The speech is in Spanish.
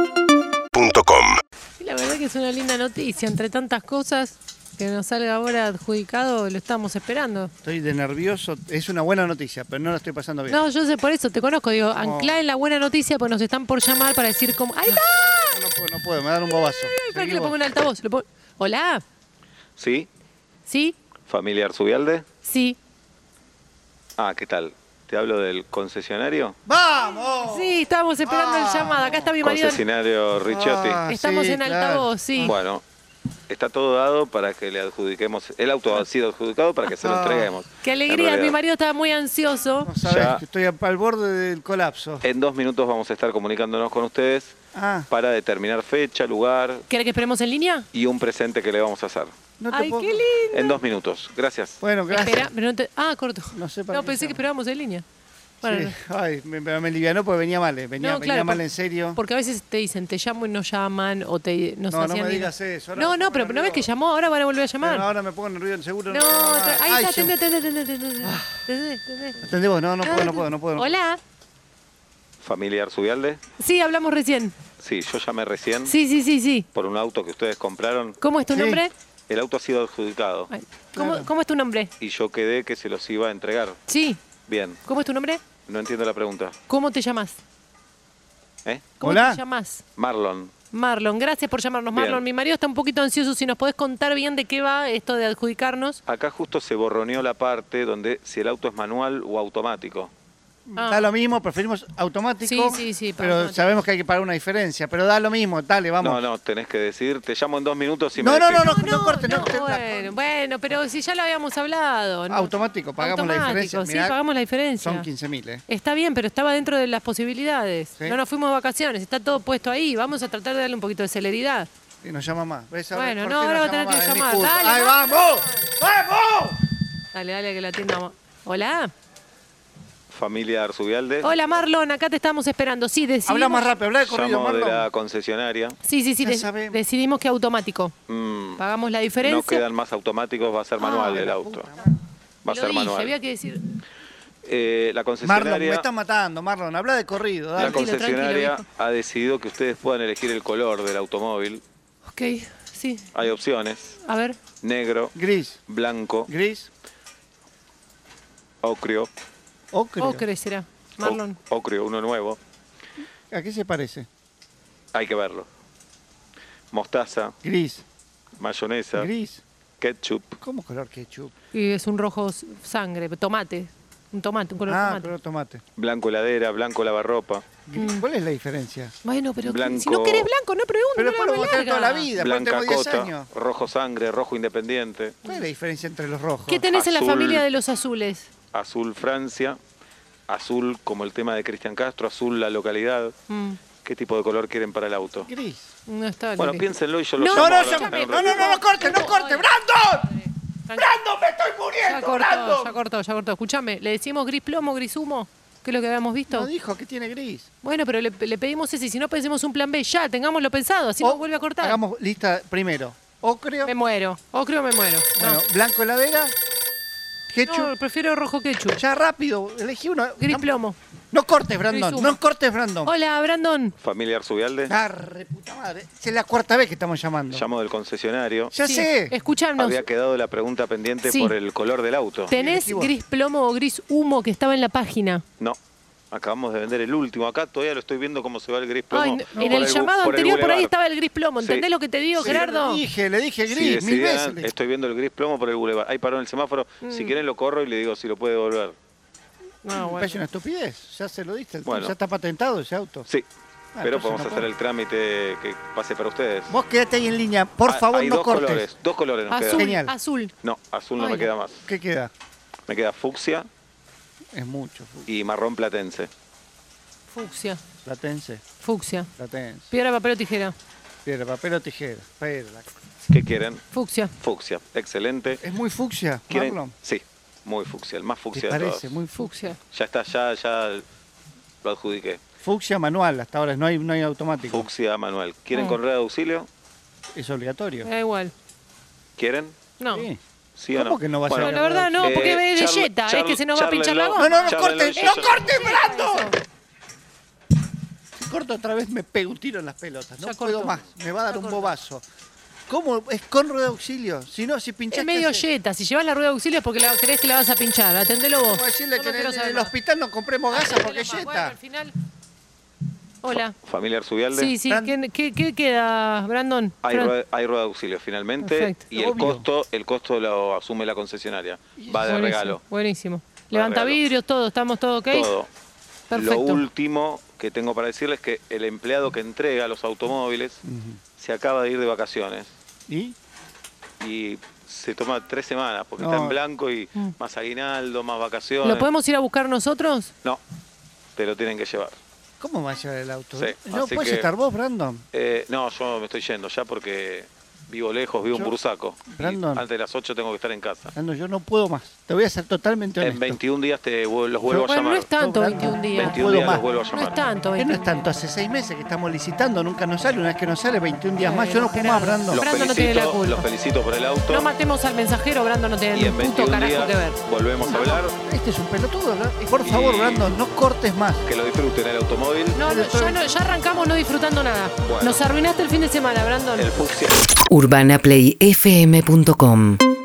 UrbanaPlayFM.com Y la verdad que es una linda noticia, entre tantas cosas, que nos salga ahora adjudicado, lo estamos esperando. Estoy de nervioso. Es una buena noticia, pero no la estoy pasando bien. No, yo sé por eso, te conozco, digo, anclá en la buena noticia, pues nos están por llamar para decir cómo... ¡Ahí está! No puedo, no puedo, me va a dar un bobazo. Espera que Seguí le pongo vos. un altavoz. lo pongo- Hola, Sí, ¿sí? familiar Subialde. Sí. Ah, ¿qué tal? Te hablo del concesionario. ¡Vamos! Sí, estábamos esperando el llamado. Acá está mi marido. Concesionario Ricciotti. Ah, Estamos sí, en claro. altavoz, sí. Bueno, está todo dado para que le adjudiquemos. El auto ha sido adjudicado para que se lo Ah. entreguemos. Qué En alegría, mi realidad, marido estaba muy ansioso. No sabés Ya. que estoy a- al borde del colapso. En dos minutos vamos a estar comunicándonos con ustedes Ah, para determinar fecha, lugar ¿Quiere que esperemos en línea? y un presente que le vamos a hacer. no te ¡Ay, puedo- qué lindo! En dos minutos. Gracias. Bueno, gracias. Espera, pero no te- Ah, corto. No sé para No, qué pensé que llama. esperábamos en línea. Bueno, Sí. Ay, me, pero me livianó porque venía mal, eh. venía, no, venía claro, mal por- en serio. Porque a veces te dicen, te llamo y no llaman, o te nos No, no hacían me ir- digas eso, ahora No, me no, pongo pero no ves que nervioso. llamó, ahora van a volver a Pero llamar. ahora me pongo nervioso, seguro. no, puedo tra- más. ahí está, Ay, yo- atendé, atendé, atendé, atendé, atendé, atendé. Atendé vos, no, no puedo, no puedo, no puedo. no Hola. Familiar Subialde. Sí, hablamos recién. Sí, yo llamé recién Sí, sí, sí, sí. por un auto que ustedes compraron. ¿Cómo es tu Sí. nombre? El auto ha sido adjudicado Ay, ¿Cómo, ¿Cómo es tu nombre? y yo quedé que se los iba a entregar. Sí. Bien, ¿Cómo es tu nombre? no entiendo la pregunta. ¿Cómo te llamas? ¿Eh? ¿Cómo Hola. te llamas? Marlon, Marlon, gracias por llamarnos. Bien. Marlon, mi marido está un poquito ansioso. Si nos podés contar bien de qué va esto de adjudicarnos. acá justo se borroneó la parte donde si el auto es manual o automático. Ah. Da lo mismo, preferimos automático. Sí, sí, sí, para Pero automático. sabemos que hay que pagar una diferencia, pero da lo mismo, dale, vamos. No, no, tenés que decir, te llamo en dos minutos y No, me no, decís- no, no, corte, no, te- bueno, bueno, pero si ya lo habíamos hablado. ¿no? Automático, pagamos la Automático, diferencia. Sí, Mirá, pagamos la diferencia. Son 15.000, ¿eh? Está bien, pero estaba dentro de las posibilidades. Sí. No nos fuimos de vacaciones, está todo puesto ahí. Vamos a tratar de darle un poquito de celeridad. Y nos llama más. ¿Ves? Ahora, Bueno, ¿por no, qué ahora va a nos tener llama que más? Es mi llamar. culpa. Dale, ¡Ahí va. vamos! ¡Vamos! Dale, dale, que la atendamos. Hola. Familia Arzubialde. Hola, Marlon, acá te estamos esperando. Sí, decidimos. Habla más rápido, habla de corrido, Llamo de Marlon. la concesionaria. Sí, sí, sí, Ya de- sabemos. decidimos que automático. Mm, Pagamos la no diferencia. quedan más automáticos, va a ser Ah, manual el auto. Va Lo a ser dije, había manual. que decir. Eh, Marlon, la me concesionaria, estás matando, Marlon. Habla de corrido, la dale. Tranquilo, tranquilo, concesionaria viejo. ha decidido que ustedes puedan elegir el color del automóvil. Ok, sí. Hay opciones, A ver. negro, Gris, blanco, gris, ocrio, ocre. Ocre será. Marlon. o- ocrio, uno nuevo. ¿A qué se parece? Hay que verlo. Mostaza, Gris, mayonesa, gris. ketchup. ¿Cómo color ketchup? Y es un rojo s- sangre, tomate. Un tomate, un color ah, tomate. Mm. color tomate. Blanco heladera, blanco lavarropa, Gris. ¿Cuál es la diferencia? Bueno, pero Blanco. si no querés blanco, no preguntes. Pero no después lo hagas voté toda la larga. vida, después blanca tengo 10 cota, años. rojo sangre, rojo independiente, ¿Cuál es la diferencia entre los rojos? ¿Qué tenés en la Azul. familia de los azules? azul Francia, azul como el tema de Cristian Castro, azul la localidad. Mm, ¿Qué tipo de color quieren para el auto? Gris. no está Bueno, Lili. piénsenlo y yo lo No, llamo no, ahora ya- en un no, no, ratito. no, no corte, no corte, ¡Brandon! Tranqui- ¡Brandon, me estoy Ya cortó, ya cortó, ya cortó. Escuchame, le decimos gris plomo, gris humo, que es lo que habíamos visto. No dijo que tiene gris. Bueno, pero le, le pedimos ese, si no pensemos un plan B, ya, tengámoslo pensado, así O no vuelve a cortar. Oh, Hagamos lista primero. Ocreo, Me muero, o creo me muero. No. bueno, blanco heladera, ketchup. No, prefiero rojo ketchup. Ya rápido, elegí uno. Gris No- plomo. No cortes, Brandon. Gris humo. No cortes, Brandon. Hola, Brandon. Familia Arzubialde, Ah, Arre, puta madre. Esa es la cuarta vez que estamos llamando. llamo del concesionario. Ya Sí, sé. Escuchanos. Había quedado la pregunta pendiente Sí. por el color del auto. ¿Tenés elegí vos. gris plomo o gris humo que estaba en la página? No. Acabamos de vender el último. Acá todavía lo estoy viendo cómo se va el gris plomo. Ay, por en el, bu- llamado por el anterior por ahí bulevar. estaba el gris plomo. Sí. ¿Entendés lo que te digo, Sí. Gerardo? Le dije, le dije Si gris mil decidieran, veces. Mm. le- Estoy viendo el gris plomo por el bulevar. Ahí paró en el semáforo. Si quieren lo corro y le digo si lo puede devolver. Ah, No, Me bueno. parece una estupidez. Ya se lo diste. el- Bueno. Ya está patentado ese auto. Sí. Ah, Pero entonces podemos no hacer puedo. el trámite que pase para ustedes. Vos quedate ahí en línea. Por Ah, favor, Hay no dos cortes. colores. Dos colores nos Azul, quedan. Genial. azul. No, azul no Ay, me no. queda más. ¿Qué queda? Me queda fucsia Es mucho. fu- y marrón platense. Fucsia, Platense, fucsia. platense. Piedra, papel o tijera. Piedra, papel o tijera. Piedra. ¿Qué quieren? Fucsia. Fucsia. Excelente. Es muy fucsia, ¿Quieren? Marlon. Sí, muy fucsia, el más ¿Te fucsia de todos. parece? Muy fucsia. Fucsia. Ya está, ya, ya lo adjudiqué. Fucsia manual, hasta ahora no hay, no hay automático. Fucsia manual. ¿Quieren Ah. correr de auxilio? Es obligatorio. Me da igual. ¿Quieren? Eh, No. Sí. ¿Sí o no? ¿Cómo que no va a Bueno, ser? No, la verdad no, Eh, porque es de charla- Jetta, es charla- que se nos va a pinchar la charlenlo. goma. No, no, no Charlenlo, cortes, yo- no yo- cortes, Brando. corto otra vez me pego un tiro en las pelotas. No Ya puedo cortó. más, me va a dar Ya un cortó. bobazo. ¿Cómo? Es con rueda de auxilio. Si no, si pinchaste... Es medio ese- yeta. Si llevas la rueda de auxilio es porque la, crees que la vas a pinchar. Atendelo vos. Vamos a decirle No que lo en el, quiero en saber el más. hospital no compremos gasas porque es Atendelo más. Bueno, yeta. al final- Hola. Familiar Subialde. Sí, sí. Fran- ¿Qué, qué- qué queda, Brandon? Hay Fran- rueda, hay rueda de auxilio finalmente Perfecto. y el Obvio. costo, el costo lo asume la concesionaria. Va de Buenísimo, regalo. Buenísimo. Levanta regalo. vidrios, todo. ¿Estamos todo ok? Todo. Perfecto. Lo último que tengo para decirles es que el empleado que entrega los automóviles se acaba de ir de vacaciones ¿Y? y se toma tres semanas porque No. está en blanco y más aguinaldo, más vacaciones. Mm. ¿Lo podemos ir a buscar nosotros? No, te lo tienen que llevar. ¿Cómo va a llevar el auto? Sí, ¿No así puedes que- estar vos, Brandon? Eh, no, yo me estoy yendo ya porque vivo lejos, vivo en Yo- Bursaco. Y Brandon. Antes de las 8 tengo que estar en casa. Brandon, yo Ah, no puedo más. Te voy a ser totalmente honesto. En 21 días te vuel- los vuelvo a Bueno, llamar. no es tanto No, 21 días. 21 puedo días los más. vuelvo a No llamar. es tanto. ¿Qué no 21 es tanto? Hace seis meses que estamos licitando, nunca nos sale. Una vez que nos sale, 21 días más. Yo no puedo más, Brandon. Los Brando felicito, no tiene la culpa. los felicito por el auto. No matemos al mensajero, Brandon no tiene y ni en puto 21 carajo días que ver. volvemos a hablar. Este es un pelotudo, Brandon. Por favor, Y- Brandon, no cortes más. Que lo disfruten el automóvil. No, no, ya, no- ya arrancamos no disfrutando nada. Bueno. Nos arruinaste el fin de semana, Brandon. El fucsia. urbanaplayfm.com